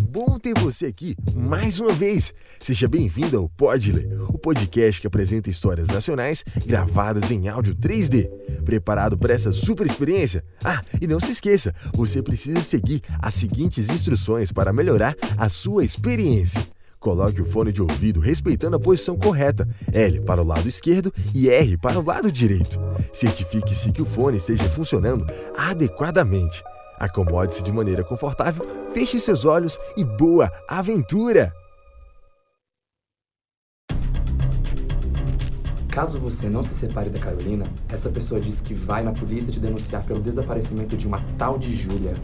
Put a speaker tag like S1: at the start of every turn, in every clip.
S1: bom ter você aqui mais uma vez. Seja bem-vindo ao Podler, o podcast que apresenta histórias nacionais gravadas em áudio 3D. Preparado para essa super experiência? Ah, e não se esqueça, você precisa seguir as seguintes instruções para melhorar a sua experiência. Coloque o fone de ouvido respeitando a posição correta, L para o lado esquerdo e R para o lado direito. Certifique-se que o fone esteja funcionando adequadamente. Acomode-se de maneira confortável, feche seus olhos e boa aventura!
S2: Caso você não se separe da Carolina, essa pessoa diz que vai na polícia te denunciar pelo desaparecimento de uma tal de Júlia.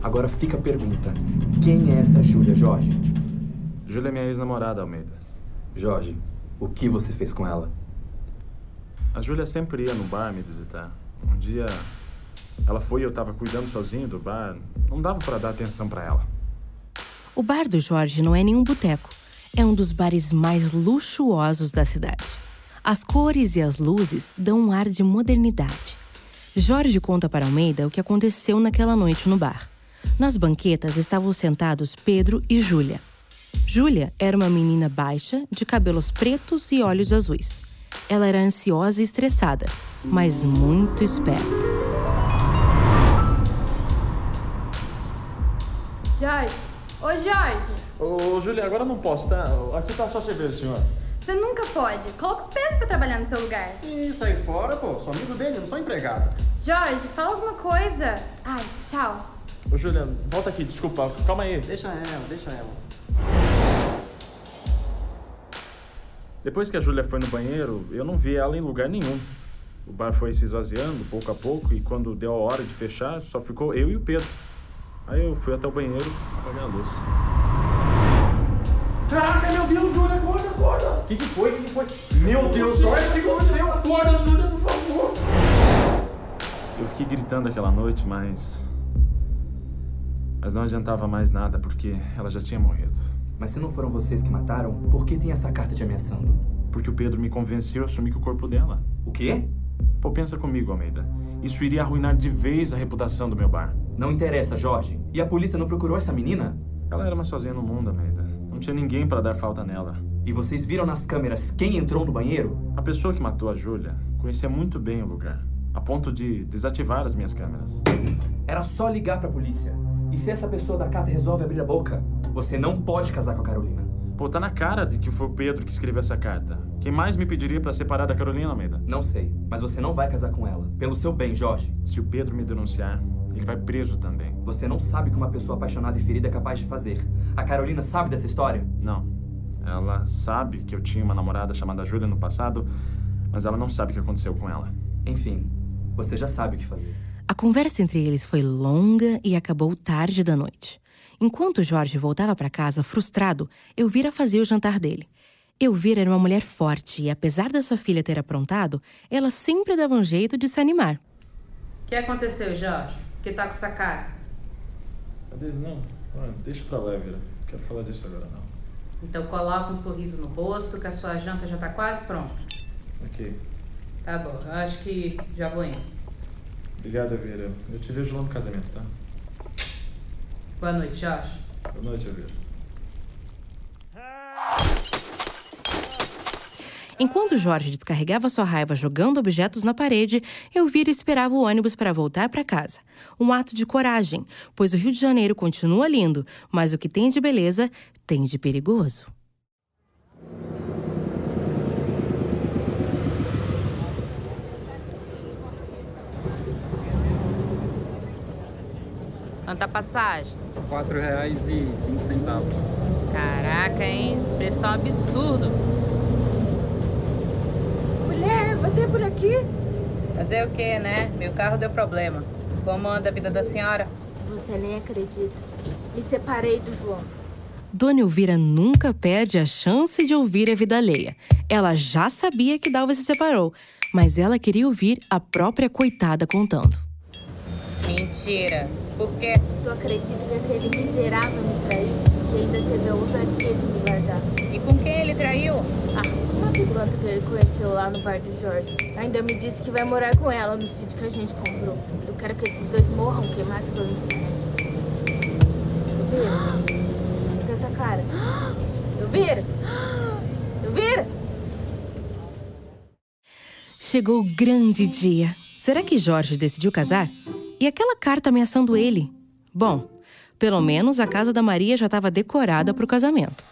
S2: Agora fica a pergunta: quem é essa Júlia, Jorge?
S3: Júlia é minha ex-namorada, Almeida.
S2: Jorge, o que você fez com ela?
S3: A Júlia sempre ia no bar me visitar. Um dia ela foi e eu tava cuidando sozinho do bar. Não dava para dar atenção para ela.
S4: O bar do Jorge não é nenhum boteco. É um dos bares mais luxuosos da cidade. As cores e as luzes dão um ar de modernidade. Jorge conta para Almeida o que aconteceu naquela noite no bar. Nas banquetas estavam sentados Pedro e Júlia. Júlia era uma menina baixa, de cabelos pretos e olhos azuis. Ela era ansiosa e estressada, mas muito esperta.
S5: Jorge, ô Jorge,
S3: Ô, Júlia, agora eu não posso, tá? Aqui tá só cerveja, senhor.
S5: você nunca pode. Coloca o Pedro pra trabalhar no seu lugar.
S6: E sai fora, pô. Sou amigo dele, não sou empregado.
S5: Jorge, fala alguma coisa. Ai, tchau.
S3: Ô, Júlia, volta aqui, desculpa. Calma aí.
S6: Deixa ela, deixa ela.
S3: Depois que a Júlia foi no banheiro, eu não vi ela em lugar nenhum. O bar foi se esvaziando pouco a pouco e quando deu a hora de fechar, só ficou eu e o Pedro. Aí eu fui até o banheiro apagar a luz. Caraca, meu Deus, Júlia, acorda, acorda!
S6: O que, que foi? O que, que foi? Meu Deus, Jorge, o que aconteceu?
S3: Acorda, Júlia, por favor! Eu fiquei gritando aquela noite, mas. Mas não adiantava mais nada porque ela já tinha morrido.
S2: Mas se não foram vocês que mataram, por que tem essa carta te ameaçando?
S3: Porque o Pedro me convenceu a assumir que o corpo dela.
S2: O quê?
S3: Pô, pensa comigo, Almeida. Isso iria arruinar de vez a reputação do meu bar.
S2: Não interessa, Jorge. E a polícia não procurou essa menina?
S3: Ela era mais sozinha no mundo, Almeida. Não tinha ninguém pra dar falta nela.
S2: E vocês viram nas câmeras quem entrou no banheiro?
S3: A pessoa que matou a Júlia conhecia muito bem o lugar, a ponto de desativar as minhas câmeras.
S2: Era só ligar pra polícia. E se essa pessoa da carta resolve abrir a boca, você não pode casar com a Carolina.
S3: Pô, tá na cara de que foi o Pedro que escreveu essa carta. Quem mais me pediria pra separar da Carolina, Almeida?
S2: Não sei, mas você não vai casar com ela. Pelo seu bem, Jorge.
S3: Se o Pedro me denunciar, ele vai preso também.
S2: Você não sabe o que uma pessoa apaixonada e ferida é capaz de fazer. A Carolina sabe dessa história?
S3: Não. Ela sabe que eu tinha uma namorada chamada Júlia no passado, mas ela não sabe o que aconteceu com ela.
S2: Enfim, você já sabe o que fazer.
S4: A conversa entre eles foi longa e acabou tarde da noite. Enquanto Jorge voltava para casa frustrado, Elvira fazia o jantar dele. Elvira era uma mulher forte e, apesar da sua filha ter aprontado, ela sempre dava um jeito de se animar.
S7: O que aconteceu, Jorge? Que tá com essa cara?
S3: Cadê? Não, Ah, deixa pra lá, Vera. Quero falar disso agora, não.
S7: Então coloca um sorriso no rosto, que a sua janta já tá quase pronta.
S3: Ok.
S7: Tá bom, eu acho que já vou indo.
S3: Obrigado, Vera. Eu te vejo lá no casamento, tá?
S7: Boa noite, Jorge.
S3: Boa noite, Vera.
S4: Enquanto Jorge descarregava sua raiva jogando objetos na parede, Elvira esperava o ônibus para voltar para casa. Um ato de coragem, pois o Rio de Janeiro continua lindo, mas o que tem de beleza tem de perigoso.
S7: Quanto a passagem?
S8: quatro reais e cinco centavos.
S7: Caraca, hein? Esse preço tá um absurdo.
S5: Mulher, você é por aqui?
S7: Fazer o quê, né? Meu carro deu problema. Como anda a vida da senhora?
S5: Você nem acredita. Me separei do João.
S4: Dona Elvira nunca perde a chance de ouvir a vida alheia. Ela já sabia que Dalva se separou, mas ela queria ouvir a própria coitada contando.
S7: Mentira. Por quê?
S5: Tu acredita que aquele miserável me traiu e ainda teve a ousadia de me guardar?
S7: E com quem ele traiu?
S5: Ah, uma biglota que ele conheceu lá no bar do Jorge. Ainda me disse que vai morar com ela no sítio que a gente comprou. Eu é quero que esses dois morram queimados pelo inferno. Viu?
S4: Chegou o grande dia. Será que Jorge decidiu casar? E aquela carta ameaçando ele? Bom, pelo menos a casa da Maria já estava decorada para o casamento.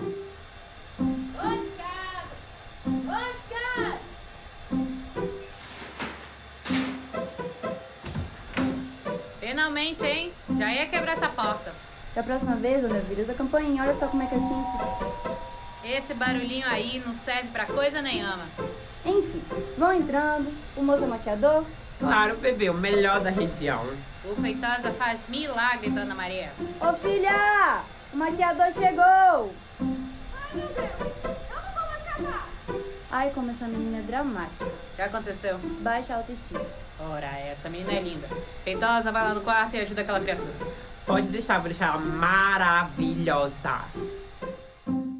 S7: Finalmente, hein? Já ia quebrar essa porta.
S5: Da próxima vez, dona Elvira, usa a campainha. Olha só como é que é simples.
S7: Esse barulhinho aí não serve pra coisa nenhuma.
S5: Enfim, vão entrando. O moço é maquiador.
S2: Claro, bebê, o melhor da região.
S7: O Feitosa faz milagre, Dona Maria.
S5: Ô, filha! O maquiador chegou! Ai, como essa menina é dramática.
S7: O que aconteceu?
S5: Baixa autoestima.
S7: Ora, essa menina é linda. Feitosa, vai lá no quarto e ajuda aquela criatura.
S2: Pode deixar, vou deixar ela maravilhosa.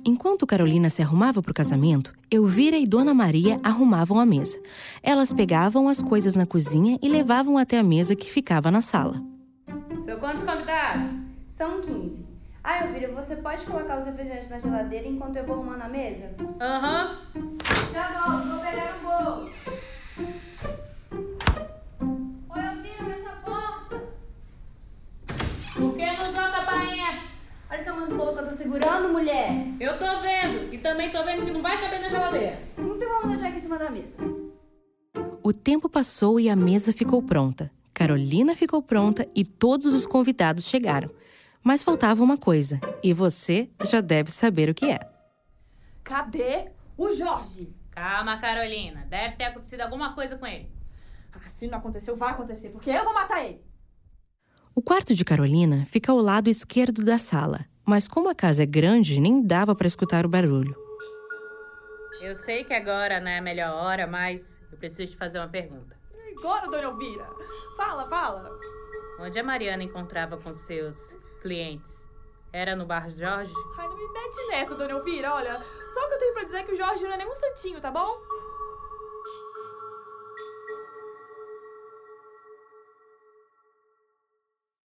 S4: Enquanto Carolina se arrumava para o casamento, Elvira e Dona Maria arrumavam a mesa. Elas pegavam as coisas na cozinha e levavam até a mesa que ficava na sala.
S7: São quantos convidados?
S5: São 15. Ai, Elvira, você pode colocar os refrigerantes na geladeira enquanto eu vou arrumando a mesa?
S7: Aham.
S5: Já volto, vou pegar um bolo. Ô, Elvira, abre essa porta.
S9: Por que não solta a bainha?
S5: Olha o tamanho do bolo que eu tô segurando, mulher.
S9: Eu tô vendo. E também tô vendo que não vai caber na geladeira.
S5: Então vamos deixar aqui em cima da mesa.
S4: O tempo passou e a mesa ficou pronta. Carolina ficou pronta e todos os convidados chegaram. Mas faltava uma coisa, e você já deve saber o que é.
S10: Cadê o Jorge?
S7: Calma, Carolina. Deve ter acontecido alguma coisa com ele.
S10: Ah, se não aconteceu, vai acontecer, porque eu vou matar ele.
S4: O quarto de Carolina fica ao lado esquerdo da sala, mas como a casa é grande, nem dava para escutar o barulho.
S7: Eu sei que agora não é a melhor hora, mas eu preciso te fazer uma pergunta.
S10: Agora, dona Elvira. Fala, fala.
S7: Onde a Mariana encontrava com seus clientes? Era no bar Jorge?
S10: Ai, não me mete nessa, dona Elvira. Olha, só o que eu tenho pra dizer é que o Jorge não é nenhum um santinho, tá bom?